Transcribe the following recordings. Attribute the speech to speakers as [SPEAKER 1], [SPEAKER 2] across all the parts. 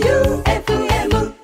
[SPEAKER 1] J-O-E-U-F-M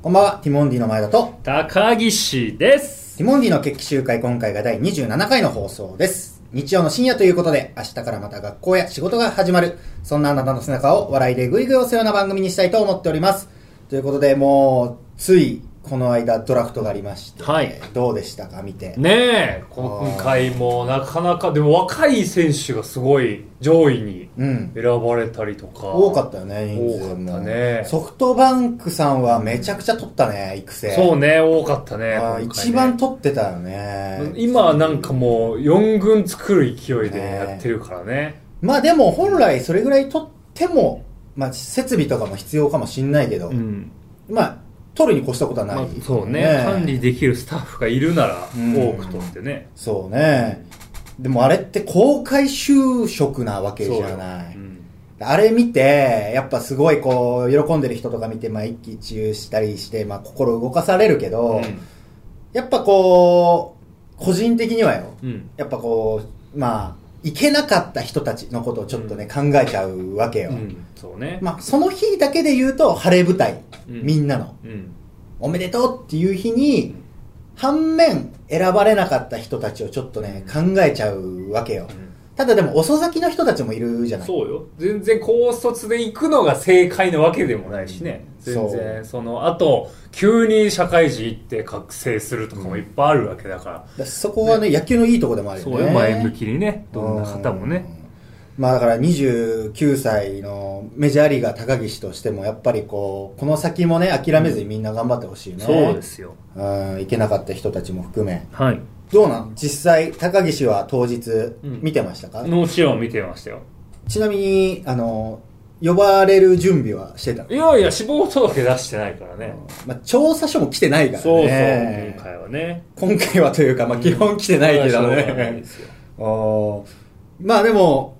[SPEAKER 2] こんばんは、ティモンディの前田と、
[SPEAKER 3] 高岸です
[SPEAKER 2] ティモンディの決起集会今回が第27回の放送です。日曜の深夜ということで、明日からまた学校や仕事が始まる、そんなあなたの背中を笑いでぐいぐい押すような番組にしたいと思っております。ということで、もう、つい、この間ドラフトがありまして、
[SPEAKER 3] はい
[SPEAKER 2] どうでしたか見て。
[SPEAKER 3] ねえ今回もなかなかでも若い選手がすごい上位に
[SPEAKER 2] うん。
[SPEAKER 3] 選ばれたりとか
[SPEAKER 2] 多かったよね、人数も。
[SPEAKER 3] 多かったね
[SPEAKER 2] ソフトバンクさんはめちゃくちゃ取ったね、育成。
[SPEAKER 3] そうね多かったね
[SPEAKER 2] あー
[SPEAKER 3] 今回ね
[SPEAKER 2] 一番取ってたよね。
[SPEAKER 3] 今はなんかもう4軍作る勢いでやってるからね
[SPEAKER 2] まあでも本来それぐらい取っても、まあ設備とかも必要かもしんないけど、
[SPEAKER 3] うん、
[SPEAKER 2] まあ取るに越したことはない、
[SPEAKER 3] まあ、そうね管理できるスタッフがいるなら
[SPEAKER 2] うん
[SPEAKER 3] 多く取ってね、
[SPEAKER 2] そうね。でもあれって公開就職なわけじゃない。
[SPEAKER 3] うん
[SPEAKER 2] あれ見て、やっぱすごいこう、喜んでる人とか見て、まあ一喜一憂したりして、まあ心動かされるけど、やっぱこう、個人的にはよ、
[SPEAKER 3] うん
[SPEAKER 2] やっぱこう、まあ、行けなかった人たちのことをちょっとね、考えちゃうわけよ。
[SPEAKER 3] うんそうね、
[SPEAKER 2] まあ、その日だけで言うと、晴れ舞台、
[SPEAKER 3] うん
[SPEAKER 2] みんなの、
[SPEAKER 3] うん
[SPEAKER 2] おめでとうっていう日に、反面、選ばれなかった人たちをちょっとね、考えちゃうわけよ。ただでも、遅咲きの人たちもいるじゃない。
[SPEAKER 3] そうよ全然高卒で行くのが正解なわけでもないしね全然そのあと急に社会人行って覚醒するとかもいっぱいあるわけだから、
[SPEAKER 2] だそこはね野球のいいとこでもあるよね。
[SPEAKER 3] そうよ前向きにねどんな方もね
[SPEAKER 2] うん。まあだから29歳のメジャーリーガー高岸としても、やっぱりこう、この先もね、諦めずにみんな頑張ってほしいね。
[SPEAKER 3] そうで。すよ
[SPEAKER 2] うん、いけなかった人たちも含め。
[SPEAKER 3] はい
[SPEAKER 2] どうなん実際、高岸は当日
[SPEAKER 3] うん
[SPEAKER 2] 見てましたか、
[SPEAKER 3] のちろん見てましたよ
[SPEAKER 2] ちなみに、あの、呼ばれる準備はしてたの
[SPEAKER 3] いやいや死亡届出してないからね
[SPEAKER 2] まあ、調査書も来てないから
[SPEAKER 3] そうそう、
[SPEAKER 2] ね。
[SPEAKER 3] 今回はね
[SPEAKER 2] 今回はというか、まあ、基本来てないけど
[SPEAKER 3] しょうがないで
[SPEAKER 2] ね。
[SPEAKER 3] すよ
[SPEAKER 2] あーまあでも、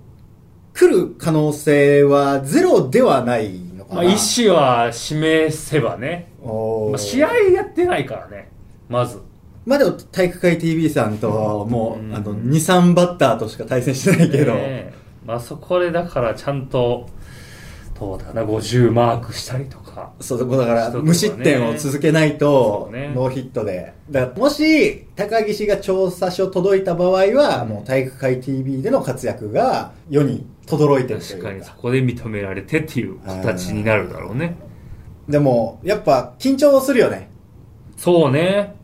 [SPEAKER 2] 来る可能性はゼロではないのか
[SPEAKER 3] ま
[SPEAKER 2] な。
[SPEAKER 3] あ、意思は示せばね、
[SPEAKER 2] おー
[SPEAKER 3] まあ、試合やってないからねまず
[SPEAKER 2] まあでも、体育会 TV さんとはもう、
[SPEAKER 3] うん
[SPEAKER 2] あの、2、3バッターとしか対戦してないけど。
[SPEAKER 3] ねえまあそこでだからちゃんとどうだな50マークしたりとか
[SPEAKER 2] そう、だから、
[SPEAKER 3] 人とかね
[SPEAKER 2] 無失点を続けないと、
[SPEAKER 3] そうね
[SPEAKER 2] ノーヒットで。だからもし、高岸が調査書届いた場合は、もう体育会 TV での活躍が世に轟いてるとい
[SPEAKER 3] 確
[SPEAKER 2] う
[SPEAKER 3] かにそこで認められてっていう形になるだろうね
[SPEAKER 2] でも、やっぱ緊張するよね。
[SPEAKER 3] そうね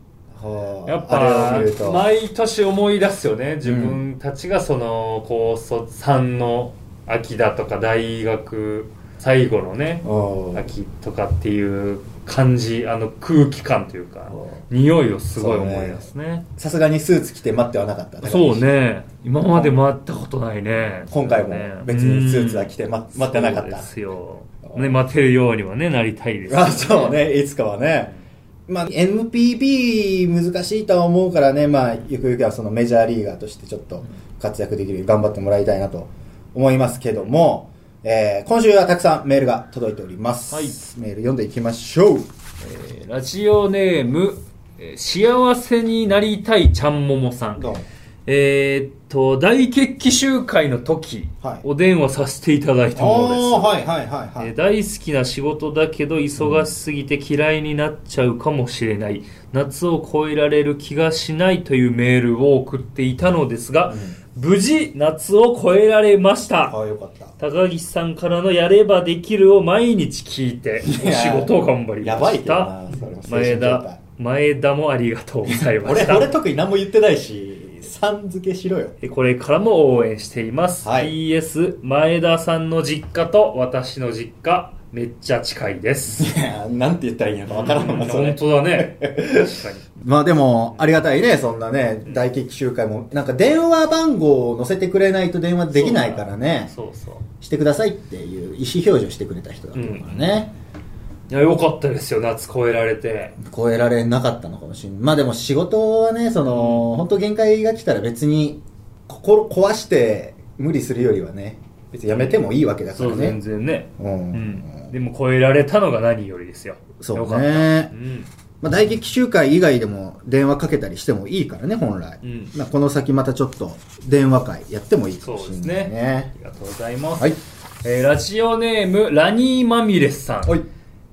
[SPEAKER 3] やっ
[SPEAKER 2] あ
[SPEAKER 3] ぱ
[SPEAKER 2] れを見ると。
[SPEAKER 3] 毎年思い出すよね自分たちがその高卒3の秋だとか大学最後のね
[SPEAKER 2] うん
[SPEAKER 3] 秋とかっていう感じあの空気感というか匂いをすごい思い出すね
[SPEAKER 2] さすがにスーツ着て待ってはなかった。
[SPEAKER 3] そう。ね今まで回ったことないね
[SPEAKER 2] 今回も別にスーツは着てま待ってなかっ
[SPEAKER 3] そう
[SPEAKER 2] た
[SPEAKER 3] で。すよ、ね、待てるようにはねなりたいです
[SPEAKER 2] あそうね、いつかはね。まあ、MPB 難しいとは思うからね、まあ、ゆくゆくはそのメジャーリーガーとしてちょっと活躍できるように頑張ってもらいたいなと思いますけども、えー今週はたくさんメールが届いております。
[SPEAKER 3] はい
[SPEAKER 2] メール読んでいきましょう。
[SPEAKER 3] えーラジオネームえー幸せになりたいちゃんももさん
[SPEAKER 2] どうも。
[SPEAKER 3] えーっと大決起集会の時、
[SPEAKER 2] はい
[SPEAKER 3] お電話させていただいたものです
[SPEAKER 2] はいはいはい
[SPEAKER 3] えー大好きな仕事だけど忙しすぎて嫌いになっちゃうかもしれない、夏を越えられる気がしないというメールを送っていたのですが、
[SPEAKER 2] うん
[SPEAKER 3] 無事夏を越えられました、
[SPEAKER 2] ああ、よかった。
[SPEAKER 3] 高岸さんからの「やればできる」を毎日聞いてお仕事を頑張りま
[SPEAKER 2] やばい
[SPEAKER 3] し
[SPEAKER 2] けど
[SPEAKER 3] た
[SPEAKER 2] な、それも精神
[SPEAKER 3] 前
[SPEAKER 2] 状態
[SPEAKER 3] 田前田もありがとうございま
[SPEAKER 2] 俺、
[SPEAKER 3] した
[SPEAKER 2] 俺特に何も言ってないし、さん付けしろよ。
[SPEAKER 3] えこれからも応援しています、
[SPEAKER 2] はい
[SPEAKER 3] PS 前田さんの実家と私の実家めっちゃ近いです
[SPEAKER 2] いやなんて言ったらいいのかわからんわ、それ
[SPEAKER 3] 本。当だね確かに
[SPEAKER 2] まあでも、ありがたいね、そんなね、大決起集会も。なんか電話番号を載せてくれないと電話できないからね、
[SPEAKER 3] そうそう
[SPEAKER 2] してくださいっていう意思表示をしてくれた人だったからね、
[SPEAKER 3] いやよかったですよ夏越えられて
[SPEAKER 2] 超えられなかったのかもしれない。まあでも仕事はね、その、本当限界が来たら別に、心壊して無理するよりはね、別にやめてもいいわけだか
[SPEAKER 3] そ
[SPEAKER 2] ら
[SPEAKER 3] う全
[SPEAKER 2] ね。
[SPEAKER 3] 然ね
[SPEAKER 2] うん
[SPEAKER 3] うんでも越えられたのが何よりですよ
[SPEAKER 2] そうね
[SPEAKER 3] よかったうん
[SPEAKER 2] まあ、大劇集会以外でも電話かけたりしてもいいからね本来、
[SPEAKER 3] うん
[SPEAKER 2] まあこの先またちょっと電話会やってもいいかもしれない
[SPEAKER 3] そうですあ
[SPEAKER 2] ね
[SPEAKER 3] りがとうございます、
[SPEAKER 2] はい
[SPEAKER 3] えーラジオネームラニーマミレスさん、
[SPEAKER 2] はい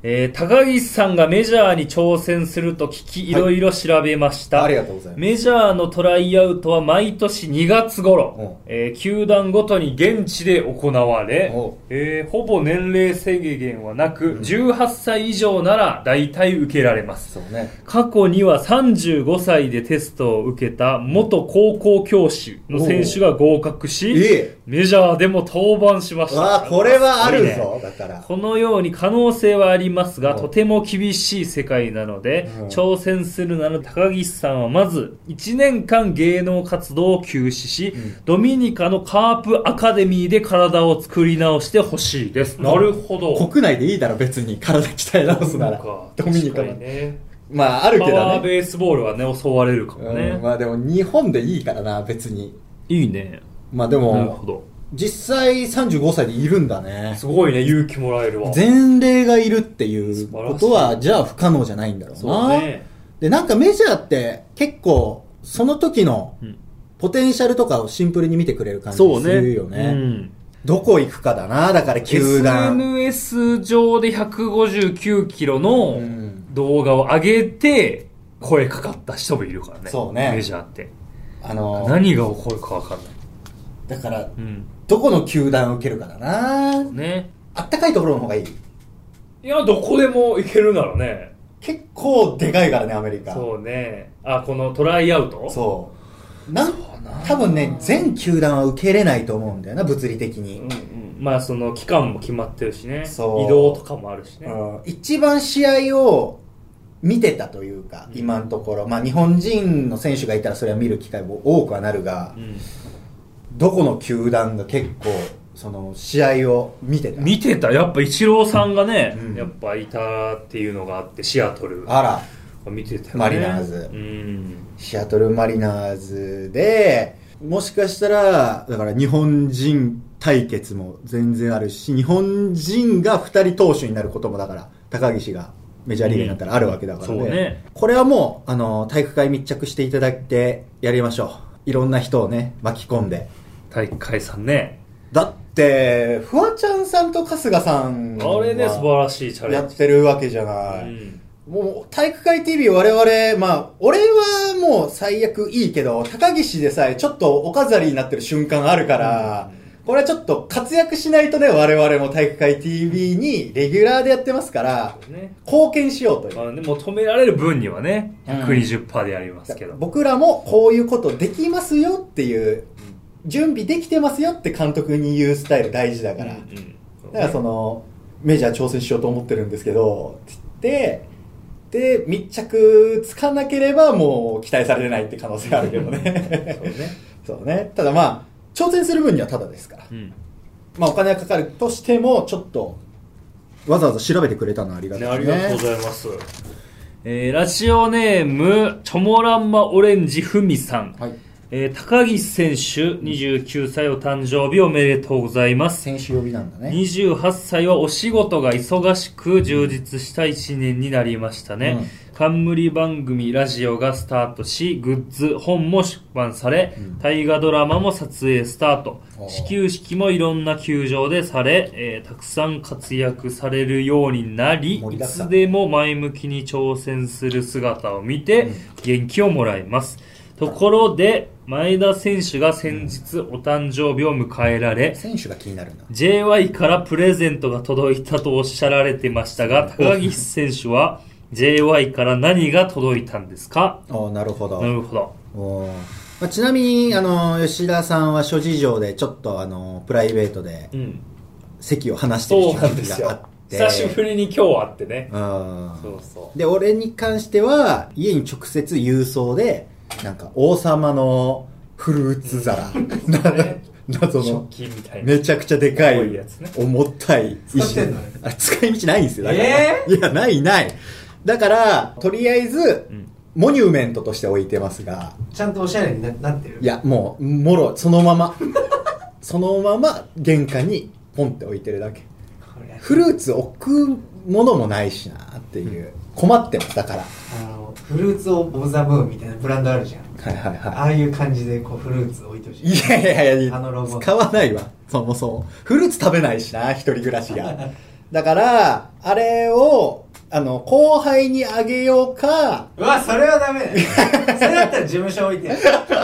[SPEAKER 3] えー高岸さんがメジャーに挑戦すると聞きいろいろ調べました、
[SPEAKER 2] ありがとうございます
[SPEAKER 3] メジャーのトライアウトは毎年2月頃、
[SPEAKER 2] う
[SPEAKER 3] えー球団ごとに現地で行われ
[SPEAKER 2] おう、
[SPEAKER 3] えーほぼ年齢制限はなく、18歳以上なら大体受けられます
[SPEAKER 2] そうね
[SPEAKER 3] 過去には35歳でテストを受けた元高校教師の選手が合格し、
[SPEAKER 2] ええ
[SPEAKER 3] メジャーでも登板しました。
[SPEAKER 2] わあこれはある
[SPEAKER 3] すごい
[SPEAKER 2] ぞ
[SPEAKER 3] ね
[SPEAKER 2] だから
[SPEAKER 3] このように可能性はありますが、
[SPEAKER 2] お
[SPEAKER 3] とても厳しい世界なので
[SPEAKER 2] うん、
[SPEAKER 3] 挑戦するなら高岸さんはまず、1年間芸能活動を休止し、ドミニカのカープアカデミーで体を作り直してほしいです。なるほど。
[SPEAKER 2] 国内でいいだろ別に体鍛え直すな
[SPEAKER 3] な
[SPEAKER 2] ら
[SPEAKER 3] んか
[SPEAKER 2] ドミニカ
[SPEAKER 3] 確か
[SPEAKER 2] の
[SPEAKER 3] にね。
[SPEAKER 2] まあある
[SPEAKER 3] パ
[SPEAKER 2] け
[SPEAKER 3] ワー
[SPEAKER 2] どね
[SPEAKER 3] ベースボールはね、襲われるかもね。
[SPEAKER 2] うん、まあでも日本でいいからな別に
[SPEAKER 3] いいね。
[SPEAKER 2] まあで
[SPEAKER 3] なるほ
[SPEAKER 2] も
[SPEAKER 3] ど。
[SPEAKER 2] 実際35歳でいるんだね
[SPEAKER 3] すごいね、勇気もらえるわ。
[SPEAKER 2] 前例がいるっていうこと
[SPEAKER 3] 素晴らし
[SPEAKER 2] はじゃあ不可能じゃないんだろう
[SPEAKER 3] そう
[SPEAKER 2] な
[SPEAKER 3] ね。
[SPEAKER 2] でなんかメジャーって結構その時の
[SPEAKER 3] うん
[SPEAKER 2] ポテンシャルとかをシンプルに見てくれる感じするよね
[SPEAKER 3] うん
[SPEAKER 2] どこ行くかだなだから球団
[SPEAKER 3] SNS 上で159キロの
[SPEAKER 2] うん
[SPEAKER 3] 動画を上げて、声かかった人もいるからね。
[SPEAKER 2] そうね
[SPEAKER 3] メジャーって。
[SPEAKER 2] あの
[SPEAKER 3] 何が起こるかわかんない。
[SPEAKER 2] だから
[SPEAKER 3] うん。
[SPEAKER 2] どこの球団受けるかだな
[SPEAKER 3] ね。
[SPEAKER 2] あったかいところの方がいい
[SPEAKER 3] いや、どこでも行けるならね。
[SPEAKER 2] 結構でかいからねアメリカ
[SPEAKER 3] そうね。あ、このトライアウト
[SPEAKER 2] そうなん多分ね全球団は受けれないと思うんだよな物理的に、
[SPEAKER 3] うんうん。まあ、その期間も決まってるしね。
[SPEAKER 2] そう
[SPEAKER 3] 移動とかもあるしね。
[SPEAKER 2] うん一番試合を見てたというか、
[SPEAKER 3] うん
[SPEAKER 2] 今のところ、まあ、日本人の選手がいたらそれは見る機会も多くはなるが、
[SPEAKER 3] うん
[SPEAKER 2] どこの球団が結構その試合を見てた
[SPEAKER 3] 見てたやっぱイチローさんがね、
[SPEAKER 2] うん
[SPEAKER 3] やっぱいたっていうのがあってシアトル
[SPEAKER 2] あら
[SPEAKER 3] 見てたよね
[SPEAKER 2] マリナーズ
[SPEAKER 3] うん
[SPEAKER 2] シアトルマリナーズでもしかしたらだから日本人対決も全然あるし日本人が2人投手になることもだから高岸がメジャーリーグになったらあるわけだからね,、
[SPEAKER 3] うんそうね
[SPEAKER 2] これはもうあの体育会密着していただいてやりましょういろんな人をね巻き込んで
[SPEAKER 3] 体育会さんね
[SPEAKER 2] だってフワちゃんさんと春日さんは
[SPEAKER 3] あれね素晴らしいチャレ
[SPEAKER 2] や
[SPEAKER 3] ン
[SPEAKER 2] っ
[SPEAKER 3] ジ
[SPEAKER 2] てるわけじゃない、
[SPEAKER 3] うん
[SPEAKER 2] もう体育会 TV 我々、まあ、俺はもう最悪いいけど、高岸でさえちょっとお飾りになってる瞬間あるから、これはちょっと活躍しないとね、我々も体育会 TV にレギュラーでやってますから、
[SPEAKER 3] ね
[SPEAKER 2] 貢献しようという。
[SPEAKER 3] まあね求められる分にはね
[SPEAKER 2] うん
[SPEAKER 3] 120%でやりますけど、
[SPEAKER 2] 僕らもこういうことできますよっていう、準備できてますよって監督に言うスタイル大事だから。だからそ
[SPEAKER 3] の
[SPEAKER 2] のメジャー挑戦しようと思ってるんですけどつってで密着つかなければもう期待されないって可能性あるけどね
[SPEAKER 3] そうね
[SPEAKER 2] そうねただまあ挑戦する分にはただですから、
[SPEAKER 3] うん
[SPEAKER 2] まあ、お金がかかるとしてもちょっとわざわざ調べてくれたのはありが
[SPEAKER 3] ね、
[SPEAKER 2] た
[SPEAKER 3] あ
[SPEAKER 2] い
[SPEAKER 3] り
[SPEAKER 2] ね
[SPEAKER 3] がとうございます。えーラジオネーム、チョモランマオレンジふみさん。
[SPEAKER 2] はい
[SPEAKER 3] えー高岸選手、29歳お誕生日おめでとうございます。
[SPEAKER 2] 先週呼びなんだね
[SPEAKER 3] 28歳はお仕事が忙しく充実した1年になりましたね、冠番組ラジオがスタートしグッズ本も出版され、
[SPEAKER 2] うん
[SPEAKER 3] 大河ドラマも撮影スタート
[SPEAKER 2] おー
[SPEAKER 3] 始球式もいろんな球場でされ、えーたくさん活躍されるようになり
[SPEAKER 2] 盛り
[SPEAKER 3] い
[SPEAKER 2] だくさん
[SPEAKER 3] つでも前向きに挑戦する姿を見て
[SPEAKER 2] うん
[SPEAKER 3] 元気をもらいます、ところで前田選手が先日お誕生日を迎えられ、
[SPEAKER 2] 選手が気になるな
[SPEAKER 3] JY からプレゼントが届いたとおっしゃられてましたが、高岸選手は JY から何が届いたんですか
[SPEAKER 2] ああなるほど
[SPEAKER 3] なるほど。
[SPEAKER 2] おーまあ、ちなみにあの吉田さんは諸事情でちょっとあのプライベートで
[SPEAKER 3] うん。
[SPEAKER 2] 席を離してる
[SPEAKER 3] そう
[SPEAKER 2] 時
[SPEAKER 3] なんです
[SPEAKER 2] 期があ
[SPEAKER 3] よ
[SPEAKER 2] っ。て
[SPEAKER 3] 久しぶりに今日会ってね。
[SPEAKER 2] うん
[SPEAKER 3] そうそう。
[SPEAKER 2] で俺に関しては家に直接郵送でなんか王様のフルーツ皿、
[SPEAKER 3] ね
[SPEAKER 2] 謎の
[SPEAKER 3] 食器みたいな。
[SPEAKER 2] めちゃくちゃでかい
[SPEAKER 3] 重いやつね
[SPEAKER 2] 重たい石
[SPEAKER 4] 使ってんのあ
[SPEAKER 2] あれ使い道ないんですよだから、
[SPEAKER 4] え
[SPEAKER 2] いやないないだからとりあえず、
[SPEAKER 3] うん
[SPEAKER 2] モニュメントとして置いてますが
[SPEAKER 4] ちゃんとおしゃれにななってる
[SPEAKER 2] いや、もう、 もろ、そのまま、そのまま玄関にポンって置いてるだけ。フルーツ置くものもないしなっていう困ってますだから
[SPEAKER 4] あのフルーツオブザブーンみたいなブランドあるじゃん
[SPEAKER 2] はいはい
[SPEAKER 4] あ
[SPEAKER 2] は
[SPEAKER 4] あいう感じでこうフルーツ置いてほし
[SPEAKER 2] い
[SPEAKER 4] い
[SPEAKER 2] いやいやいや
[SPEAKER 4] あのロゴ
[SPEAKER 2] 使わないわそもそもフルーツ食べないしな一人暮らしが だからあれをあの後輩にあげようか
[SPEAKER 4] うわそれはダメだよそれだったら事務所 置いて事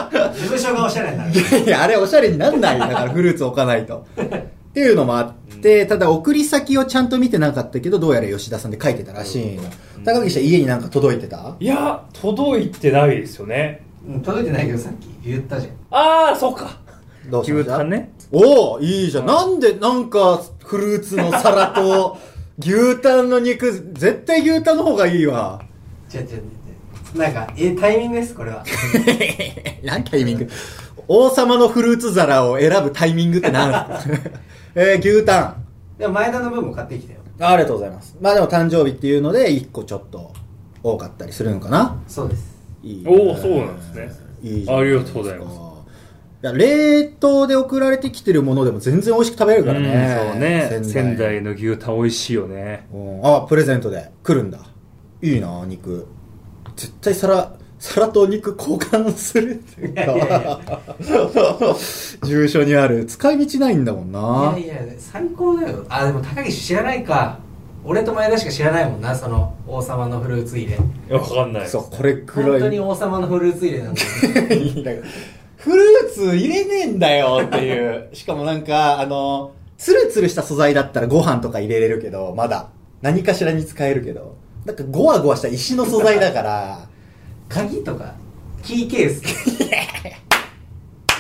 [SPEAKER 4] 務所がおしゃれになる
[SPEAKER 2] いやいや、あれおしゃれになんないよだからフルーツ置かないと。っていうのもあって、ただ送り先をちゃんと見てなかったけど、どうやら吉田さんで書いてたらしいの。高岸は家になんか届いてた
[SPEAKER 3] いや届いてないですよね
[SPEAKER 4] うん届いてないけどさっき言ったじゃん
[SPEAKER 3] ああそうか
[SPEAKER 2] どうしました
[SPEAKER 3] 牛タンね。
[SPEAKER 2] おおいいじゃん。なんでなんかフルーツの皿と 牛タンの肉、絶対牛タンの方がいいわ。
[SPEAKER 4] 違う違う違うなんかえタイミングですこれは
[SPEAKER 2] なんタイミング王様のフルーツ皿を選ぶタイミングって何すか えー、牛タン。
[SPEAKER 4] でも前田の分も買ってきたよ
[SPEAKER 2] ありがとうございます。まあでも誕生日っていうので、1個ちょっと多かったりするのかな。
[SPEAKER 4] そうです
[SPEAKER 2] いいね
[SPEAKER 3] おおそうなんですね
[SPEAKER 2] いいじゃなですか
[SPEAKER 3] ありがとうございます
[SPEAKER 2] いや冷凍で送られてきてるものでも全然美味しく食べれるからね。
[SPEAKER 3] うんそうね仙台
[SPEAKER 2] 仙台
[SPEAKER 3] の牛タン美味しいよね
[SPEAKER 2] うんあ、プレゼントで来るんだ。いいな、肉。絶対皿、皿と肉交換するっていうか、 住所にある。使い道ないんだもんな。
[SPEAKER 4] いやいや最高だよあでも高岸知らないか俺と前田しか知らないもんなその王様のフルーツ入れ
[SPEAKER 3] わかんないです
[SPEAKER 2] そう、これく
[SPEAKER 4] 本
[SPEAKER 2] らい。
[SPEAKER 4] 当に王様のフルーツ入れなんだよ
[SPEAKER 2] いいんだけどフルーツ入れねえんだよっていう。しかもなんか、あの、ツルツルした素材だったらご飯とか入れれるけど、まだ。何かしらに使えるけど。なんかゴワゴワした石の素材だから、
[SPEAKER 4] 鍵とかキーケース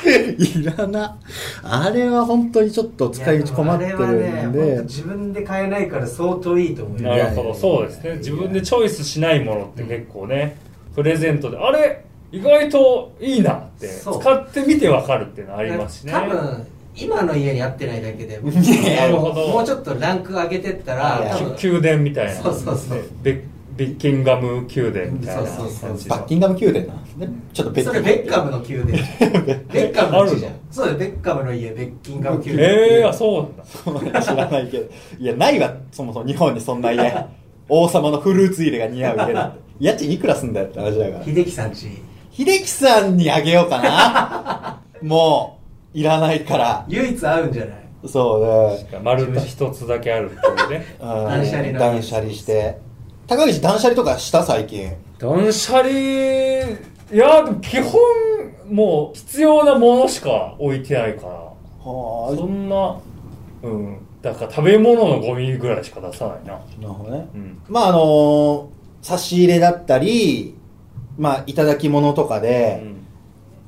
[SPEAKER 2] いらな。あれは本当にちょっと使い道困ってるん
[SPEAKER 4] いやもあれはねほ
[SPEAKER 2] で
[SPEAKER 4] んと。自分で買えないから相当いいと思うよ
[SPEAKER 3] なる
[SPEAKER 2] いや
[SPEAKER 3] ほ
[SPEAKER 2] いやいや
[SPEAKER 3] どそうですね自分でチョイスしないものって結構ねプレゼントであれ意外といいなって
[SPEAKER 4] そう
[SPEAKER 3] 使ってみてわかるっていうのありますしね
[SPEAKER 4] 多分今の家に合ってないだ けでもう
[SPEAKER 3] なるほど
[SPEAKER 4] もうちょっとランク上げてったら
[SPEAKER 2] いや
[SPEAKER 4] 多分
[SPEAKER 3] き宮殿みたいな
[SPEAKER 4] そうそうそう
[SPEAKER 3] ベベッキンガム宮殿みたいな
[SPEAKER 4] そうそう
[SPEAKER 3] 感じ
[SPEAKER 4] そう
[SPEAKER 2] バッ
[SPEAKER 3] の
[SPEAKER 2] キンガム宮殿な。でちょっと
[SPEAKER 4] それベッカムの宮殿ベッカムの家じゃ
[SPEAKER 3] あ
[SPEAKER 4] ん
[SPEAKER 3] る
[SPEAKER 4] そうだよベッカムの家ベッキンガム宮殿
[SPEAKER 3] ええー、あそうなんだ
[SPEAKER 2] 知らないけど。 いや、ないわ、そもそも日本にそんな家。 王様のフルーツ入れが似合う家なんて。家賃いくらすんだよって話だから。
[SPEAKER 4] 秀樹さんち
[SPEAKER 2] 秀樹さんにあげようかな もういらないから
[SPEAKER 4] 唯一合うんじゃない
[SPEAKER 2] そうね
[SPEAKER 3] 丸が一つだけあるっていうね
[SPEAKER 2] うん
[SPEAKER 4] 断捨離の
[SPEAKER 2] 断捨離して高岸断捨離とかした最近
[SPEAKER 3] 断捨離いやでも基本もう必要なものしか置いてないから
[SPEAKER 2] は
[SPEAKER 3] そんなうんだから食べ物のゴミぐらいしか出さないな
[SPEAKER 2] なるほどね
[SPEAKER 3] うん
[SPEAKER 2] まああのー差し入れだったりまあいただき物とかで、
[SPEAKER 3] うん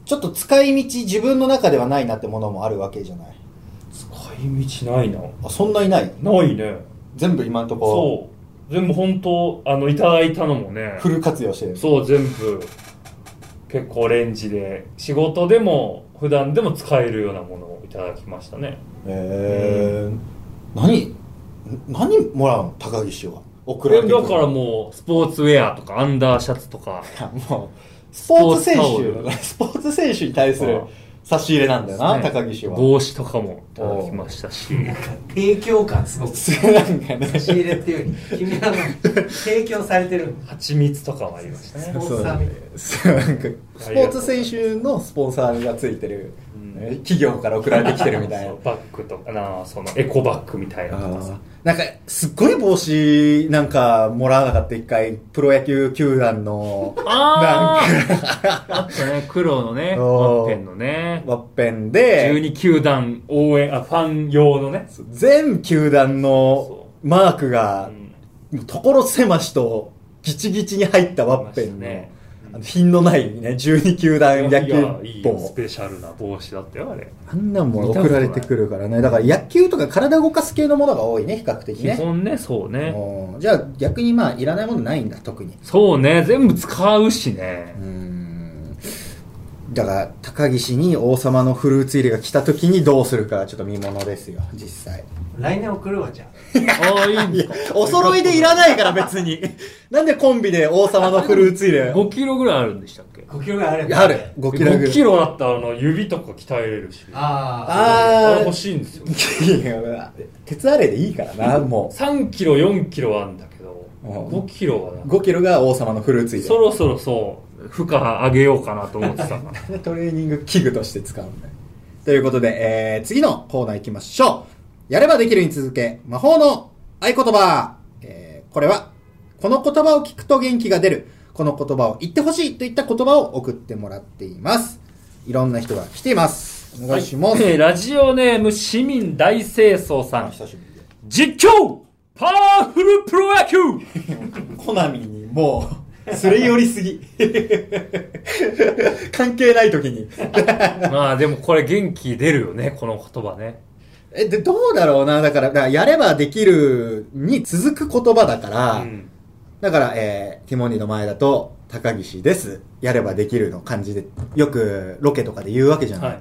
[SPEAKER 2] ちょっと使い道自分の中ではないなってものもあるわけじゃない
[SPEAKER 3] 使い道ないな
[SPEAKER 2] あそんないない
[SPEAKER 3] ないね
[SPEAKER 2] 全部今んとこ
[SPEAKER 3] そう全部本当あのいただいたのもね
[SPEAKER 2] フル活用してる
[SPEAKER 3] そう全部結構レンジで仕事でも普段でも使えるようなものをいただきましたね
[SPEAKER 2] えー、何何もらうの高岸は送
[SPEAKER 3] こ
[SPEAKER 2] られ
[SPEAKER 3] れ
[SPEAKER 2] てくる
[SPEAKER 3] だからもうスポーツウェアとかアンダーシャツとか
[SPEAKER 2] いや もう、スポーツ選
[SPEAKER 3] スポーツタオ
[SPEAKER 2] 手、スポーツ選手に対する差し入れなんだよな、
[SPEAKER 3] ね
[SPEAKER 2] 高岸は。
[SPEAKER 3] 帽子とかもいただきましたし
[SPEAKER 4] 提供感すごく差
[SPEAKER 2] なんかね、
[SPEAKER 4] し入れっていうより君はあの提供されてる
[SPEAKER 3] 蜂蜜とかもありましたね
[SPEAKER 4] スポ
[SPEAKER 2] そ
[SPEAKER 4] ン
[SPEAKER 2] う
[SPEAKER 4] サーみたい
[SPEAKER 2] そうなんかスポーツ選手のスポンサーがついてる、
[SPEAKER 3] うん
[SPEAKER 2] 企業から送られてきてるみたい
[SPEAKER 3] そ
[SPEAKER 2] な
[SPEAKER 3] う。バッグとかなそのエコバッグみたいなとかさ
[SPEAKER 2] なんか、すっごい帽子なんかもらわなかった一回、プロ野球球団の、
[SPEAKER 3] あ
[SPEAKER 2] なんか、
[SPEAKER 3] ーあったね黒のね
[SPEAKER 2] おー
[SPEAKER 3] ワッペンのね
[SPEAKER 2] ワッペンで、
[SPEAKER 3] 12球団応援あファン用のね
[SPEAKER 2] 全球団のマークが
[SPEAKER 3] う、ん
[SPEAKER 2] 所狭しとギチギチに入ったワッペンの、
[SPEAKER 3] ね
[SPEAKER 2] あの品のないね12球団野
[SPEAKER 3] いやい
[SPEAKER 2] 球
[SPEAKER 3] いよス
[SPEAKER 2] 帽
[SPEAKER 3] ペシャルな帽子だったよあれ
[SPEAKER 2] あんなんもん送られてくるからねだから野球とか体動かす系のものが多いね比較的
[SPEAKER 3] 基
[SPEAKER 2] ね
[SPEAKER 3] 本ねそうね
[SPEAKER 2] うんじゃあ逆にまあいらないものないんだ特に
[SPEAKER 3] そうね全部使うしね
[SPEAKER 2] うーんだから高岸に王様のフルーツ入れが来た時にどうするかちょっと見ものですよ実際
[SPEAKER 4] 来年送るわじゃあ
[SPEAKER 3] ああいいん
[SPEAKER 2] い
[SPEAKER 3] で
[SPEAKER 2] や
[SPEAKER 3] すか
[SPEAKER 2] お揃いでいらないから別に なんでコンビで王様のフルーツ入れ
[SPEAKER 3] 5キロぐらいあるんでしたっけ
[SPEAKER 4] 5キロぐらいあるんだ
[SPEAKER 2] ある5キロぐら
[SPEAKER 3] 5
[SPEAKER 2] い
[SPEAKER 3] キロあったらあの指とか鍛えれるしあ
[SPEAKER 4] あ
[SPEAKER 2] あー
[SPEAKER 3] れ欲しいんですよ
[SPEAKER 2] いや鉄アレでいいからなも
[SPEAKER 3] 3キロ4キロはあるんだけど
[SPEAKER 2] うん
[SPEAKER 3] 5キロはな
[SPEAKER 2] う5キロが王様のフルーツ入れ
[SPEAKER 3] そろそろそう負荷上げようかなと思ってたから
[SPEAKER 2] トレーニング器具として使うんだよということで、えー、次のコーナー行きましょう。やればできるに続け、魔法の合言葉。えー、これは、この言葉を聞くと元気が出る。この言葉を言ってほしいといった言葉を送ってもらっています。いろんな人が来ています。お願いします。
[SPEAKER 3] えーラジオネーム市民大清掃さん
[SPEAKER 2] 久しぶりで。
[SPEAKER 3] 実況パワフルプロ野球
[SPEAKER 2] コナミにもう、すれ寄りすぎ。 関係ない時に。
[SPEAKER 3] まあでもこれ元気出るよねこの言葉ね
[SPEAKER 2] え、で、どうだろうな。だから、だからやればできるに続く言葉だから、
[SPEAKER 3] うん
[SPEAKER 2] だから、えー、ティモンディの前だと、高岸です。やればできるの感じで、よくロケとかで言うわけじゃない。
[SPEAKER 3] はい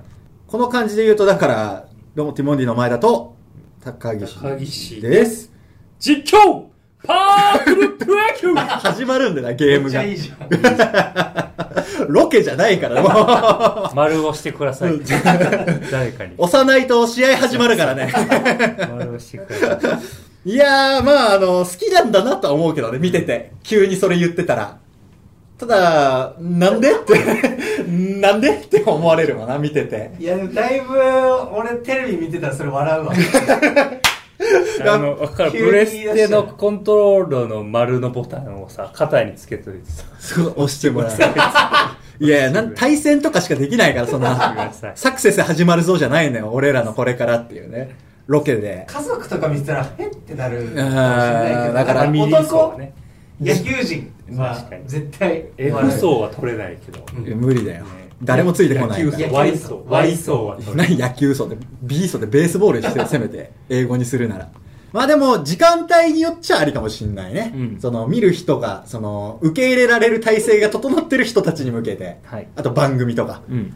[SPEAKER 2] この感じで言うと、だから、どうもティモンディの前だと、高岸
[SPEAKER 3] 高岸
[SPEAKER 2] です。
[SPEAKER 3] 実況パワフルプロ野球
[SPEAKER 2] 始まるんだな、ゲー
[SPEAKER 4] め
[SPEAKER 2] ム
[SPEAKER 4] っち
[SPEAKER 2] が
[SPEAKER 4] ゃ。いいじゃん
[SPEAKER 2] ロケじゃないから、 も
[SPEAKER 3] 丸をしてください
[SPEAKER 2] うん
[SPEAKER 3] 誰かに
[SPEAKER 2] う。押さないと試合始まるから ね。
[SPEAKER 3] 丸をしてください
[SPEAKER 2] いやー、まあ、あの、好きなんだなとは思うけどね、見てて。急にそれ言ってたら。ただ、なんでって、 なんでって思われるわな、見てて。
[SPEAKER 4] いやでもだいぶ俺テレビ見てたらそれ笑うわい
[SPEAKER 3] あの、わかる。
[SPEAKER 4] 急
[SPEAKER 3] プ
[SPEAKER 4] に
[SPEAKER 3] レ
[SPEAKER 4] 言い出
[SPEAKER 3] ス
[SPEAKER 4] した
[SPEAKER 3] テのコントロールの丸のボタンをさ、肩につけといてさ、
[SPEAKER 2] すごい押しても らう。いやいや、なん対戦とかしかできないから、そん
[SPEAKER 3] してくだ
[SPEAKER 2] な
[SPEAKER 3] さい。
[SPEAKER 2] サクセス始まるそうじゃないのよ、俺らのこれからっていうね。ロケで。
[SPEAKER 4] 家族とか見てたらえってなるかもしれないけ
[SPEAKER 2] あー
[SPEAKER 4] ど
[SPEAKER 2] だから
[SPEAKER 3] ファミリー層は
[SPEAKER 4] 男
[SPEAKER 3] ね。
[SPEAKER 4] 野球人は
[SPEAKER 3] 確かに
[SPEAKER 4] 絶対
[SPEAKER 3] F 層は取れないけど。
[SPEAKER 2] 無理だよ
[SPEAKER 3] ね。
[SPEAKER 2] 誰もついてこない
[SPEAKER 3] 野
[SPEAKER 2] か
[SPEAKER 3] 球
[SPEAKER 2] ら
[SPEAKER 3] 層。Y 層。Y 層は取れない。
[SPEAKER 2] 何野球層で、B 層でベースボールしてよ、せめて。英語にするなら。まあでも、時間帯によっちゃありかもしんないね。
[SPEAKER 3] うん
[SPEAKER 2] その、見る人が、その、受け入れられる体制が整ってる人たちに向けて。
[SPEAKER 3] はい
[SPEAKER 2] あと番組とか。
[SPEAKER 3] うん。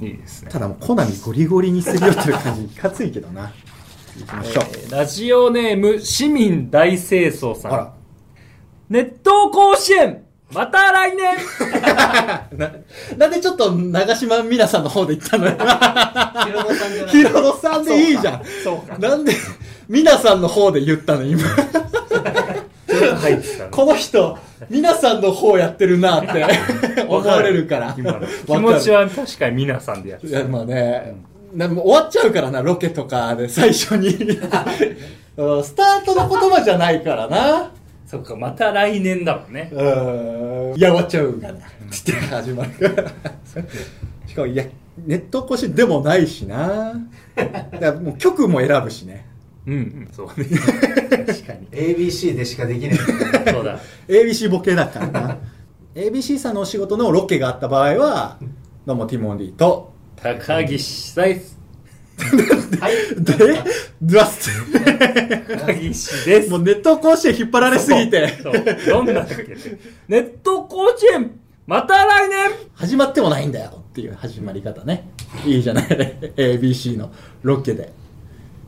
[SPEAKER 3] いいですね。
[SPEAKER 2] ただもう、コナミゴリゴリにすり寄ってる感じ、いかついけどな。行きましょう。
[SPEAKER 3] えーラジオネーム、市民大清掃さ
[SPEAKER 2] あら
[SPEAKER 3] ん。。熱湯甲子園また来 年
[SPEAKER 2] な、なんでちょっと長島みなさんの方で行ったのよ。
[SPEAKER 4] ヒロドさんじゃない
[SPEAKER 2] ヒロドさんでいいじゃん。
[SPEAKER 3] そうか。
[SPEAKER 2] なんで、みなさんの方で言ったの今。
[SPEAKER 3] 入ってたね
[SPEAKER 2] この人、みなさんの方やってるなって 思われるから。
[SPEAKER 3] 今の気
[SPEAKER 2] わか
[SPEAKER 3] 持
[SPEAKER 2] る
[SPEAKER 3] ちは確かに皆さんでやって
[SPEAKER 2] い
[SPEAKER 3] た。
[SPEAKER 2] や、まあね、なもう終わっちゃうからな、ロケとかで最初に。うんスタートの言葉じゃないからな。
[SPEAKER 3] そっか、また来年だもんね。
[SPEAKER 2] うん。いや、終わっちゃうからな。つって始まるから。しかも、いや、ネット越しでもないしな。だからもう曲も選ぶしね。
[SPEAKER 3] うん、うん、そうね。 確かに。
[SPEAKER 4] ABC でしか できない
[SPEAKER 3] そうだ。
[SPEAKER 2] ABC ボケだからな。ABC さんのお仕事のロケがあった場合は、どうもティモンディと、
[SPEAKER 3] 高岸大です。
[SPEAKER 4] はい
[SPEAKER 2] で、ドラス
[SPEAKER 3] 高岸で
[SPEAKER 2] ト。
[SPEAKER 3] す。
[SPEAKER 2] もうネット甲子園引っ張られすぎて、
[SPEAKER 3] そう。そうどんな時やねネット甲子園、また来年
[SPEAKER 2] 始まってもないんだよっていう始まり方ね。いいじゃ ない。ABC のロケで。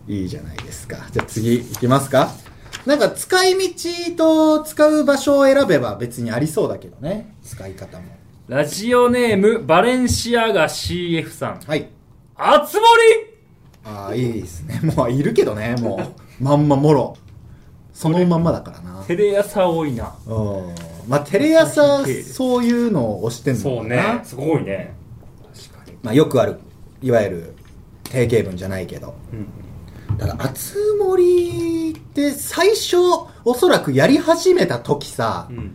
[SPEAKER 2] いいじゃないですか。じゃあ次行きますか。なんか使い道と使う場所を選べば別にありそうだけどね。使い方も。
[SPEAKER 3] ラジオネーム、バレンシアガ CF さん。
[SPEAKER 2] はい。
[SPEAKER 3] あつ森
[SPEAKER 2] ああ、いいですね。 もういるけどね、もう。まんまもろ。そのまんまだから な。
[SPEAKER 3] テレ朝多いな。
[SPEAKER 2] うん。まあ、テレ朝、そういうのを押してんのかな。
[SPEAKER 3] そうね。すごいね。確かに。
[SPEAKER 2] まあ、よくあるいわゆる定型文じゃないけど
[SPEAKER 3] うん。
[SPEAKER 2] ただ熱盛って最初おそらくやり始めた時さ、
[SPEAKER 3] うん。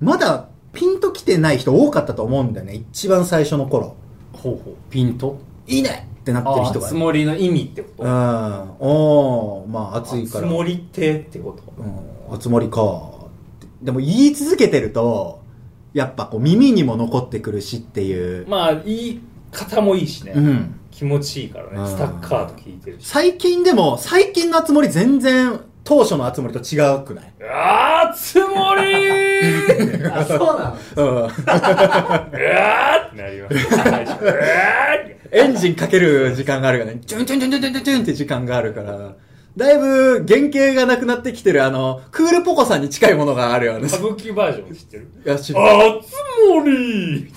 [SPEAKER 2] まだピンときてない人多かったと思うんだよね一番最初の頃
[SPEAKER 3] ほうほう。ピント
[SPEAKER 2] いいねってなってる
[SPEAKER 3] あ
[SPEAKER 2] 人
[SPEAKER 3] つ
[SPEAKER 2] が
[SPEAKER 3] 森の意味ってこ
[SPEAKER 2] う
[SPEAKER 3] と
[SPEAKER 2] んおーまあ熱いから
[SPEAKER 3] つ森ってってこと
[SPEAKER 2] うん、熱盛かってでも言い続けてるとやっぱこう耳にも残ってくるしっていう、
[SPEAKER 3] まあ、言い方もいいしね。
[SPEAKER 2] うん
[SPEAKER 3] 気持ちいいからね
[SPEAKER 2] う。ん
[SPEAKER 3] スタッカーと聞いてるし。
[SPEAKER 2] 最近でも、最近の集まり全然、当初の集まりと違うくない
[SPEAKER 3] あつ森
[SPEAKER 2] に似てるんだよ。
[SPEAKER 4] あそうなの
[SPEAKER 2] うん。
[SPEAKER 3] ーってなります。最初うわーって
[SPEAKER 2] エンジンかける時間があるからね。チュンチュンチュンチュンチュンチュンって時間があるから。だいぶ原型がなくなってきてるあの、クールポコさんに近いものがあるよね
[SPEAKER 3] 歌。舞伎バージョン知ってる
[SPEAKER 2] いや、知っ
[SPEAKER 3] あつ森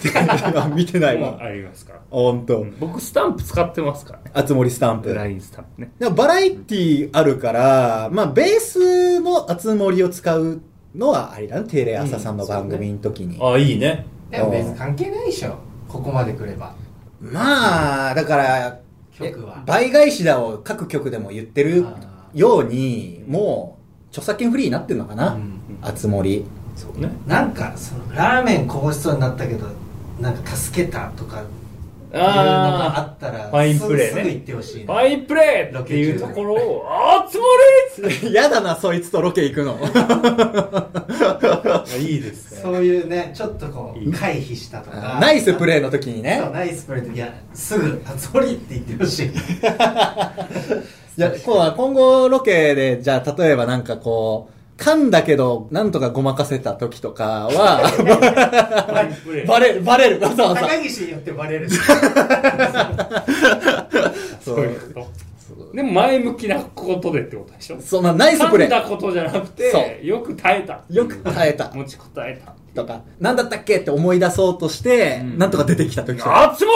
[SPEAKER 2] あ 見てないわ。
[SPEAKER 3] ありますから。
[SPEAKER 2] ほんと。
[SPEAKER 3] 僕、スタンプ使ってますからね。
[SPEAKER 2] あつ森スタンプ。
[SPEAKER 3] ラインスタンプね。
[SPEAKER 2] でもバラエティあるから、まあ、ベースの熱盛を使うのはありだね。テレ朝さんの番組の時に。
[SPEAKER 3] あ、いいね。
[SPEAKER 4] でも別に関係ないでしょここまで来れば
[SPEAKER 2] まあ、だから、
[SPEAKER 4] 曲は
[SPEAKER 2] 倍返しだを各局でも言ってる
[SPEAKER 4] あ
[SPEAKER 2] ように、もう、著作権フリーになってんのか
[SPEAKER 4] う
[SPEAKER 2] なん熱盛。
[SPEAKER 3] そうね。
[SPEAKER 4] なんかそのラーメンこぼしそうになったけどなんか助けたとかいうのがあ
[SPEAKER 3] あ
[SPEAKER 4] ったら
[SPEAKER 3] ファインプレーね
[SPEAKER 4] すぐすぐ行ってほしい
[SPEAKER 3] ー。
[SPEAKER 4] な
[SPEAKER 3] ファインプレーっていうところを、あつ 森
[SPEAKER 2] やだな、そいつとロケ行くの。
[SPEAKER 3] いい です
[SPEAKER 4] そういうねちょっとこ
[SPEAKER 3] いいう
[SPEAKER 4] 回避したとか
[SPEAKER 2] ナイスプレーの
[SPEAKER 4] 時
[SPEAKER 2] 時に
[SPEAKER 4] そう
[SPEAKER 2] ね。
[SPEAKER 4] ナイスプレーの時いやすぐ「あつり」って言ってほしい
[SPEAKER 2] じゃあ、こうは今後ロケで、じゃあ、例えばなんかこう、噛んだけど、なんとかごまかせた時とかは、
[SPEAKER 3] ファインプレー。
[SPEAKER 2] バレる、バレる、わざわざ。
[SPEAKER 4] 高岸によってバ レる
[SPEAKER 2] そ。
[SPEAKER 3] そういううこと。でも前向きなことでってことでしょ
[SPEAKER 2] そう、まあ、ナイスプ
[SPEAKER 3] 噛
[SPEAKER 2] レ
[SPEAKER 3] んだ
[SPEAKER 2] ー。
[SPEAKER 3] ことじゃなく
[SPEAKER 2] そ
[SPEAKER 3] て、よく耐えた。
[SPEAKER 2] よく耐えた。
[SPEAKER 3] 持ちこたえた。
[SPEAKER 2] とか、なんだったっけって思い出そうとして、
[SPEAKER 3] うん
[SPEAKER 2] なんとか出てきた時とか。
[SPEAKER 3] あつ森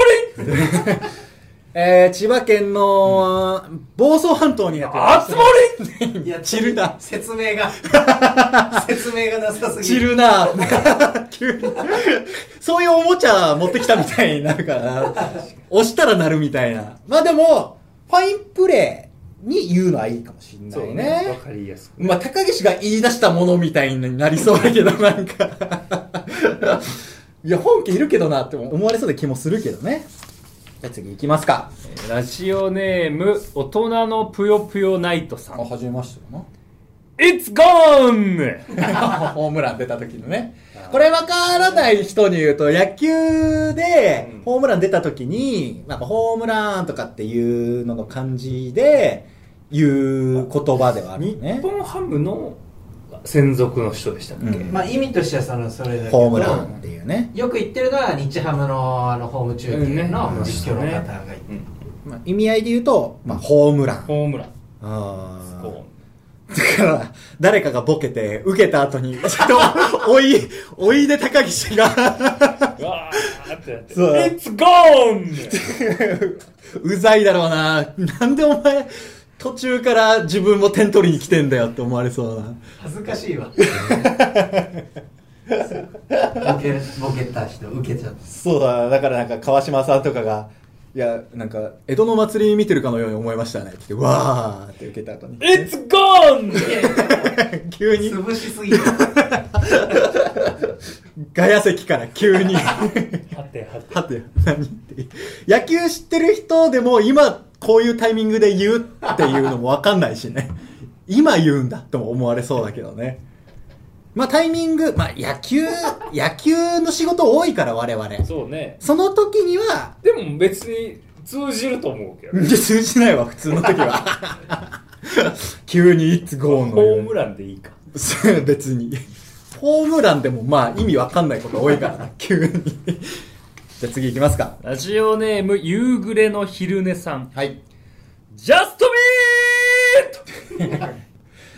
[SPEAKER 2] えー、千葉県の、房総半島にやって
[SPEAKER 3] あつ森
[SPEAKER 4] い や
[SPEAKER 2] 散るな
[SPEAKER 4] 説 明が説明がなさすぎ
[SPEAKER 2] 散るな 急に。そういうおもちゃ持ってきたみたいになるから、押したらなるみたいな。まあでも、ファインプレーに言うのはいいかもしんない
[SPEAKER 3] わ
[SPEAKER 2] ね。
[SPEAKER 3] かりやすく。
[SPEAKER 2] まあ、高岸が言い出したものみたいになりそうだけど、なんか。 いや、本家いるけどなって思われそうな気もするけどね。じゃあ次行きますか。
[SPEAKER 3] ラジオネーム、大人のぷよぷよナイトさん。
[SPEAKER 2] 始めましたよ
[SPEAKER 3] It's gone!
[SPEAKER 2] な。 ホームラン出た時のね。これわからない人に言うと、野球で
[SPEAKER 3] うん
[SPEAKER 2] ホームラン出た時に、なんかホームランとかっていうのの感じで言う言葉ではあるよね
[SPEAKER 3] 日。本ハムの専属の人でしたっけ、
[SPEAKER 2] うん
[SPEAKER 4] まあ意味としてはそのそれだけど
[SPEAKER 2] ホームランっていうね。
[SPEAKER 4] よく言ってるのは日ハムのあのホーム中継の実況の方が言ってる
[SPEAKER 3] うん
[SPEAKER 2] まあ、意味合いで言うと、まあ、ホームラン。
[SPEAKER 3] ホームラン
[SPEAKER 2] あー
[SPEAKER 3] こ
[SPEAKER 2] だから、誰かがボケて、受けた後に、ちょっと、お い、おいで高岸が、
[SPEAKER 3] ううわーってなって「
[SPEAKER 2] そう
[SPEAKER 3] It's gone!」。
[SPEAKER 2] うざいだろうな。なんでお前、途中から自分も点取りに来てんだよって思われそうだな。
[SPEAKER 4] 恥ずかしいわボケボケた人受けちゃった
[SPEAKER 2] そうだ、だからなんか川島さんとかが、いや、なんか、江戸の祭り見てるかのように思いましたね。って、わーって受けた後に
[SPEAKER 3] It's gone!
[SPEAKER 2] 急に、
[SPEAKER 4] 潰しすぎる
[SPEAKER 2] ガヤ席から急に。
[SPEAKER 3] はてはて
[SPEAKER 2] はて、何って。野球知ってる人でも今こういうタイミングで言うっていうのもわかんないしね。今言うんだとも思われそうだけどね。まあタイミング、まあ野球、野球の仕事多いから我々。
[SPEAKER 3] そうね
[SPEAKER 2] その時には、
[SPEAKER 3] でも別に通じると思うけど
[SPEAKER 2] いや通じないわ、普通の時 は。急に It's gone の
[SPEAKER 3] ホ
[SPEAKER 2] よう
[SPEAKER 3] ー
[SPEAKER 2] に
[SPEAKER 3] ムランでいいか
[SPEAKER 2] 別に。ホームランでもまあ意味わかんないこと多いからな、急に。じゃあ次行きますか。
[SPEAKER 3] ラジオネーム夕暮れの昼寝さん
[SPEAKER 2] はい。
[SPEAKER 3] Just me!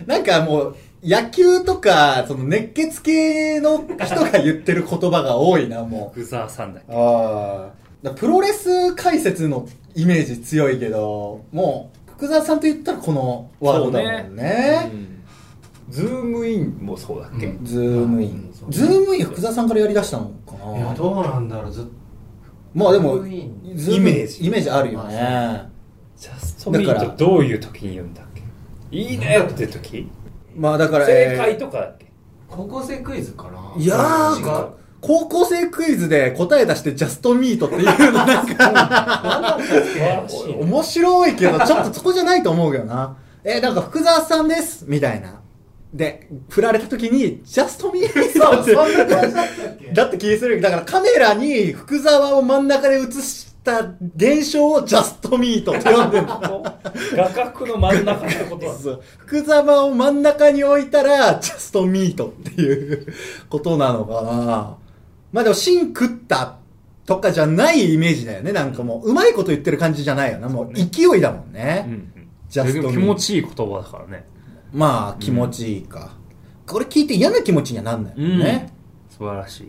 [SPEAKER 2] なんかもう、野球とか、その熱血系の人が言ってる言葉が多いな、も
[SPEAKER 3] 福沢さんだっ
[SPEAKER 2] う。ああ。プロレス解説のイメージ強いけど、もう、福沢さんと言ったらこのワードだもん
[SPEAKER 3] け、
[SPEAKER 2] ね。
[SPEAKER 3] ズームインもそうだっけ、
[SPEAKER 4] うん
[SPEAKER 2] ズームイン。ズームイン福沢さんからやり出したのか
[SPEAKER 4] いや
[SPEAKER 2] な
[SPEAKER 4] どうなんだろうずっと
[SPEAKER 2] まあでも、
[SPEAKER 4] ズームイン
[SPEAKER 2] ズームイン
[SPEAKER 3] イメージ
[SPEAKER 2] イメージあるよね。
[SPEAKER 3] Just me
[SPEAKER 2] だから
[SPEAKER 3] ってどういう時に言うんだっけいいねって時
[SPEAKER 2] まあだから、
[SPEAKER 3] 正解とかだっけ
[SPEAKER 4] 高校生クイズかない
[SPEAKER 2] いや
[SPEAKER 4] 違
[SPEAKER 2] ー
[SPEAKER 4] う、
[SPEAKER 2] 高校生クイズで答え出してジャストミートっていうのなん か、
[SPEAKER 4] 何だったっ
[SPEAKER 3] 素晴ら
[SPEAKER 4] け
[SPEAKER 3] しいね
[SPEAKER 2] 面白いけど、ちょっとそこじゃないと思うけどな。えー、なんか福沢さんですみたいな。で、振られた時に、ジャストミー
[SPEAKER 4] そうそんな
[SPEAKER 2] だ
[SPEAKER 4] 感
[SPEAKER 2] っ
[SPEAKER 4] じだったっけ
[SPEAKER 2] てだって気にする。だからカメラに福沢を真ん中で映した現象をジャストミートって呼んでる
[SPEAKER 3] 画角の真ん中ってことは
[SPEAKER 2] そう福沢を真ん中に置いたらジャストミートっていうことなのかなまあでも芯食ったとかじゃないイメージだよねなんかもううまいこと言ってる感じじゃないよなもう勢いだもんね、
[SPEAKER 3] うん
[SPEAKER 2] ジャストミート
[SPEAKER 3] 気持ちいい言葉だからね
[SPEAKER 2] まあ気持ちいいか、これ聞いて嫌な気持ちにはなんないもんね、
[SPEAKER 3] 素晴らし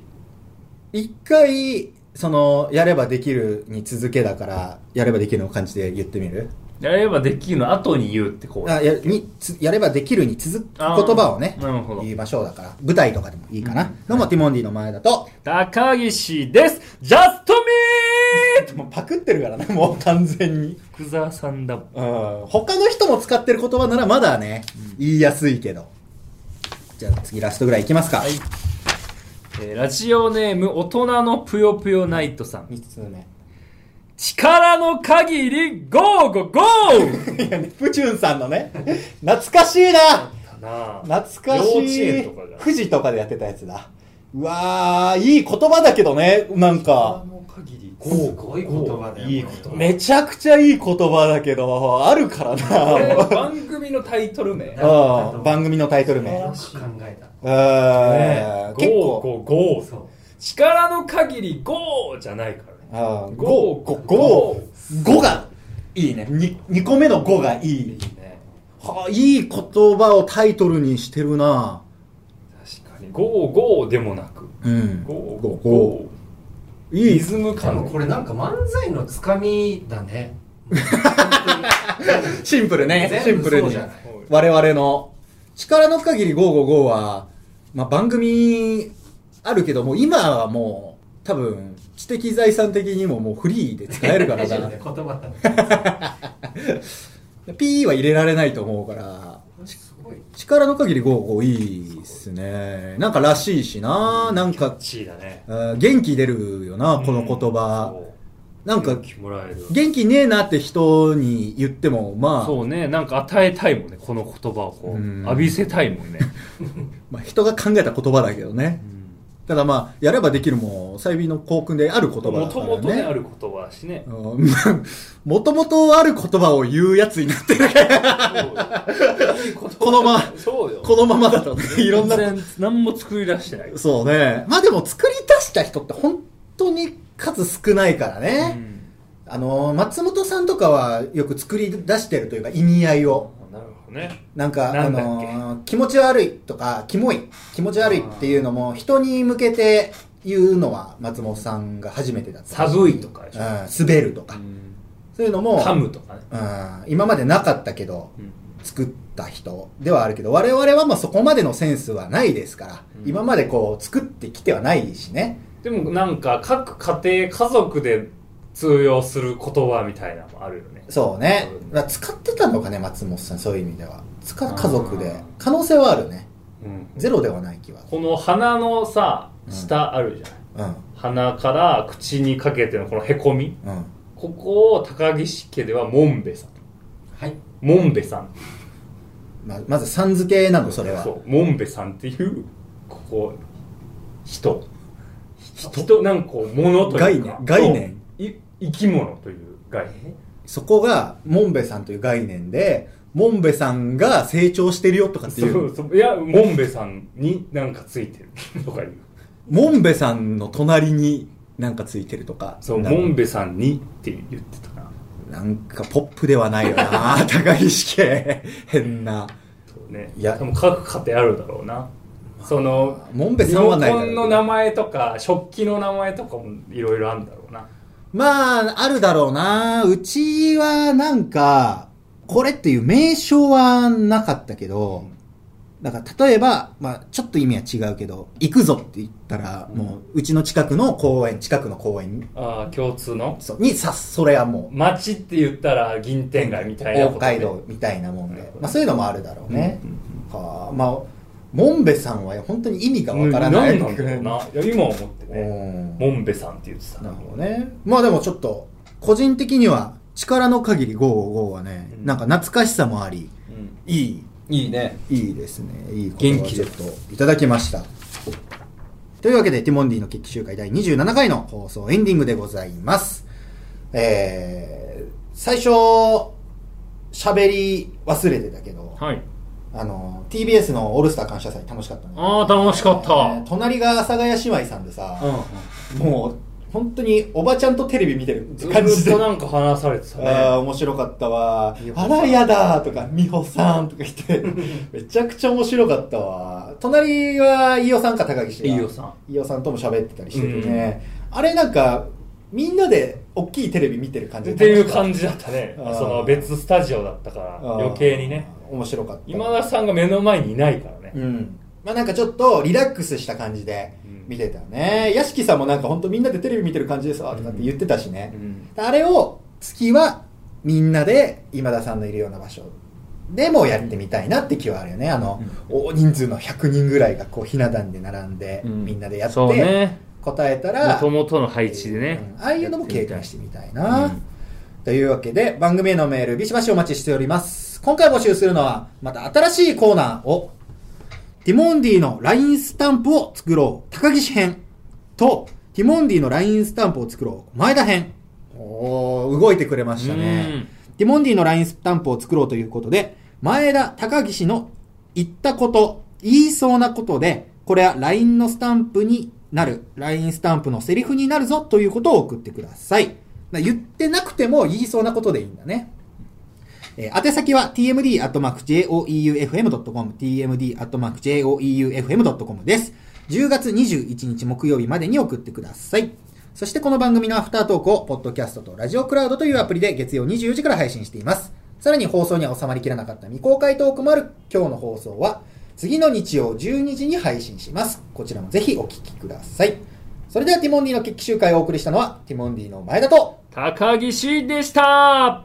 [SPEAKER 3] い
[SPEAKER 2] 一回そのやればできるに続けだからやればできるの感じで言ってみる
[SPEAKER 3] やればできるの後に言うってこう
[SPEAKER 2] あやにつやればできるに続く言葉をね
[SPEAKER 3] あーなるほど
[SPEAKER 2] 言いましょうだから舞台とかでもいいかな、どうもティモンディの前だと
[SPEAKER 3] 高岸ですジャストミート
[SPEAKER 2] もうパクってるからねもう 完全に
[SPEAKER 3] 福沢さんだもん
[SPEAKER 2] うん他の人も使ってる言葉ならまだね、言いやすいけどじゃあ次ラストぐらいいきますか、
[SPEAKER 3] はいえーラジオネーム大人のぷよぷよナイトさん
[SPEAKER 2] 3つ目
[SPEAKER 3] 力の限りゴーゴーゴー
[SPEAKER 2] いやね、プチューンさんのね、懐かしいな
[SPEAKER 3] な
[SPEAKER 2] 懐かしい。
[SPEAKER 3] 幼稚園とかが
[SPEAKER 2] 富士とかでやってたやつだ。うわー、いい言葉だけどね、なんか。
[SPEAKER 3] の限り
[SPEAKER 4] すごい言葉だよ
[SPEAKER 3] いい言葉
[SPEAKER 2] めちゃくちゃいい言葉だけど、あるから
[SPEAKER 3] これ
[SPEAKER 2] な。
[SPEAKER 3] 番組のタイトル名
[SPEAKER 2] うん番組のタイトル名。う
[SPEAKER 4] よ
[SPEAKER 2] ん
[SPEAKER 4] く考えた
[SPEAKER 2] 結構。
[SPEAKER 3] ゴーゴーゴー
[SPEAKER 4] そ
[SPEAKER 3] 力の限りゴーじゃないからね
[SPEAKER 2] 5、
[SPEAKER 3] ゴー
[SPEAKER 2] 5、5がいいね。2個目の5がいい。
[SPEAKER 3] ね
[SPEAKER 2] はあ、いい言葉をタイトルにしてるな
[SPEAKER 3] 確かにゴーゴーでもなく
[SPEAKER 2] うん。
[SPEAKER 3] ゴー
[SPEAKER 2] ゴー
[SPEAKER 3] ゴ
[SPEAKER 2] ー。
[SPEAKER 3] ー
[SPEAKER 2] いい
[SPEAKER 3] リズム
[SPEAKER 4] うでも
[SPEAKER 3] 感
[SPEAKER 4] これなんか漫才のつかみだね
[SPEAKER 2] シンプルね。シ
[SPEAKER 4] 全
[SPEAKER 2] ンプ
[SPEAKER 4] 部
[SPEAKER 2] ル
[SPEAKER 4] そう
[SPEAKER 2] に
[SPEAKER 4] じ。ゃない
[SPEAKER 2] 我々の力の限り555は、まあ、番組あるけども、今はもう多分知的財産的にももうフリーで使える から
[SPEAKER 4] 大丈夫
[SPEAKER 2] な
[SPEAKER 4] だ。よ言葉だね
[SPEAKER 2] P は入れられないと思うから、
[SPEAKER 4] すごい
[SPEAKER 2] 力の限り55いいっすね。なんからしいしな、なんか、
[SPEAKER 3] チーだね
[SPEAKER 2] あー元気出るよな、この言葉。
[SPEAKER 3] な
[SPEAKER 2] なんか、
[SPEAKER 3] もらえる
[SPEAKER 2] 元気ねえなって人に言っても、まあ、
[SPEAKER 3] そうねなんか与えたいもんねこの言葉をこ
[SPEAKER 2] うん
[SPEAKER 3] う浴びせたいもんね
[SPEAKER 2] まあ人が考えた言葉だけどね。ただまあ、やればできるも、細微の校訓である言葉だからね。
[SPEAKER 3] もともとねある言葉だしね
[SPEAKER 2] うん もともとある言葉を言うやつになってる。このまま、
[SPEAKER 3] そうよ
[SPEAKER 2] このままだとね、いろんな。
[SPEAKER 3] 全然何も作り出してない
[SPEAKER 2] そうね。まあでも作り出した人って本当に数少ないから
[SPEAKER 3] う
[SPEAKER 2] ね。
[SPEAKER 3] ん
[SPEAKER 2] あの、松本さんとかはよく作り出してるというか意味合いを。
[SPEAKER 3] なるほどね
[SPEAKER 2] なんか、
[SPEAKER 3] な
[SPEAKER 2] あ
[SPEAKER 3] んだっけ
[SPEAKER 2] の、気持ち悪いとか、キモい、気持ち悪いっていうのも人に向けて言うのは松本さんが初めてだった。
[SPEAKER 3] 寒いとかでし
[SPEAKER 2] う
[SPEAKER 3] ょ
[SPEAKER 2] ん、滑るとか。そういうのも、
[SPEAKER 3] 噛むとかね
[SPEAKER 2] うん、今までなかったけど、作った人ではあるけど我々はまあそこまでのセンスはないですから、
[SPEAKER 3] うん
[SPEAKER 2] 今までこう作ってきてはないしね
[SPEAKER 3] でもなんか各家庭家族で通用する言葉みたいなのもあるよね
[SPEAKER 2] そうね
[SPEAKER 3] うん
[SPEAKER 2] だから使ってたのかね松本さんそういう意味では使
[SPEAKER 3] あ
[SPEAKER 2] う
[SPEAKER 3] ー
[SPEAKER 2] 家族で可能性はあるね
[SPEAKER 3] うん
[SPEAKER 2] ゼロではない気は
[SPEAKER 3] この鼻のさ
[SPEAKER 2] うん
[SPEAKER 3] 下あるじゃない
[SPEAKER 2] うん
[SPEAKER 3] 鼻から口にかけてのこのへこみ
[SPEAKER 2] うん
[SPEAKER 3] ここを高岸家ではもんべさん
[SPEAKER 4] はい
[SPEAKER 3] もんべさん
[SPEAKER 2] ままずさん付けなのそれは
[SPEAKER 3] そうもんべさんっていうここ人人なんかこう物というか
[SPEAKER 2] 概念概念
[SPEAKER 3] そうい生き物という概念
[SPEAKER 2] そこがモンベさんという概念でモンベさんが成長してるよとかってい
[SPEAKER 3] そううそういやもんべさんになんかついてる とかいう
[SPEAKER 2] モンベさんの隣になんかついてるとか
[SPEAKER 3] そう
[SPEAKER 2] なんか
[SPEAKER 3] もんべさんにって言ってた
[SPEAKER 2] な
[SPEAKER 3] な
[SPEAKER 2] んかポップではないよな高岸家 変な
[SPEAKER 3] そうね
[SPEAKER 2] いや
[SPEAKER 3] でも各家庭あるだろうなその
[SPEAKER 2] モンベさんはない
[SPEAKER 3] リ
[SPEAKER 2] だろ
[SPEAKER 3] モコ
[SPEAKER 2] うけ
[SPEAKER 3] ン
[SPEAKER 2] ど
[SPEAKER 3] の名前とか食器の名前とかもいろいろあるんだろうな
[SPEAKER 2] まああるだろうなうちはなんかこれっていう名称はなかったけどだから例えば、まあ、ちょっと意味は違うけど行くぞって言ったらもううちの近くの公園近くの公園に
[SPEAKER 3] ああ共通の
[SPEAKER 2] そうにさそれはもう
[SPEAKER 3] 町って言ったら銀天街みたいな
[SPEAKER 2] 北
[SPEAKER 3] こと
[SPEAKER 2] 海道みたいなもん
[SPEAKER 3] な
[SPEAKER 2] で
[SPEAKER 3] るほ、ど
[SPEAKER 2] まあ、そういうのもあるだろうね、
[SPEAKER 3] うん
[SPEAKER 2] はあまあモンベさんは本当に意味がわ
[SPEAKER 3] わ
[SPEAKER 2] か
[SPEAKER 3] からら
[SPEAKER 2] な
[SPEAKER 3] ないいなんだろうないや今思ってね
[SPEAKER 2] うん
[SPEAKER 3] もんべさんって言ってた
[SPEAKER 2] なるほどね。まあでもちょっと、個人的には、力の限り555はね、
[SPEAKER 3] うん
[SPEAKER 2] なんか懐かしさもあり、
[SPEAKER 3] うん
[SPEAKER 2] いい、
[SPEAKER 3] いいね
[SPEAKER 2] いいですね。いい
[SPEAKER 3] 元気
[SPEAKER 2] ちょ
[SPEAKER 3] で
[SPEAKER 2] っといただきました。というわけで、ティモンディの決起集会第27回の放送エンディングでございます。えー、最初、喋り忘れてたけど、
[SPEAKER 3] はい。
[SPEAKER 2] あの、TBS のオールスター感謝祭楽しかったね。
[SPEAKER 3] ああ、楽しかった。
[SPEAKER 2] えー隣が阿佐ヶ谷姉妹さんでさ、
[SPEAKER 3] う
[SPEAKER 2] もう、本当におばちゃんとテレビ見てるって感
[SPEAKER 3] ん。
[SPEAKER 2] じ
[SPEAKER 3] ず
[SPEAKER 2] で
[SPEAKER 3] っと。なんか話されてた
[SPEAKER 2] ああ、
[SPEAKER 3] ね。
[SPEAKER 2] 面白かったわ
[SPEAKER 3] いや。
[SPEAKER 2] あらやだーとか、美穂さんとか言って、めちゃくちゃ面白かったわ。隣は飯尾さんか、高岸が。
[SPEAKER 3] 飯尾さん。
[SPEAKER 2] 飯尾さんとも喋ってたりしててね。あれなんか、みんなで大きいテレビ見てる感じ
[SPEAKER 3] っていう感
[SPEAKER 2] じ。
[SPEAKER 3] じだったね。
[SPEAKER 2] あー
[SPEAKER 3] その別スタジオだったから、
[SPEAKER 2] あー
[SPEAKER 3] 余計にね。。
[SPEAKER 2] 面白かった。
[SPEAKER 3] 今田さんが目の前にいないからね。
[SPEAKER 2] うん。まあなんかちょっとリラックスした感じで見てたよね。屋敷さんもなんか本当みんなでテレビ見てる感じですわとかって言ってたしね。
[SPEAKER 3] うん
[SPEAKER 2] あれを月はみんなで今田さんのいるような場所でもやってみたいなって気はあるよね。あの、大人数の100人ぐらいがこうひな壇で並んで
[SPEAKER 3] うん
[SPEAKER 2] みんなでやって
[SPEAKER 3] そうね。
[SPEAKER 2] 答えたら、
[SPEAKER 3] もともとの配置でね
[SPEAKER 2] うん。ああいうのも経験してみたいな。
[SPEAKER 3] うん
[SPEAKER 2] というわけで、番組へのメール、ビシバシお待ちしております。今回募集するのは、また新しいコーナーを、ティモンディの LINE スタンプを作ろう、高岸編と、ティモンディの LINE スタンプを作ろう、前田編。おー動いてくれましたね。ティモンディの LINE スタンプを作ろうということで、前田高岸の言ったこと、言いそうなことで、これは LINE のスタンプになる、LINE スタンプのセリフになるぞということを送ってください。だ言ってなくても言いそうなことでいいんだね。えー宛先は tmd.joeufm.com、tmd.joeufm.com です。10月21日木曜日までに送ってください。そしてこの番組のアフタートークを、ポッドキャストとラジオクラウドというアプリで月曜24時から配信しています。さらに放送には収まりきらなかった未公開トークもある今日の放送は、次の日曜12時に配信します。こちらもぜひお聞きください。それではティモンディの決起集会をお送りしたのは、ティモンディの前田と、
[SPEAKER 3] 高岸でした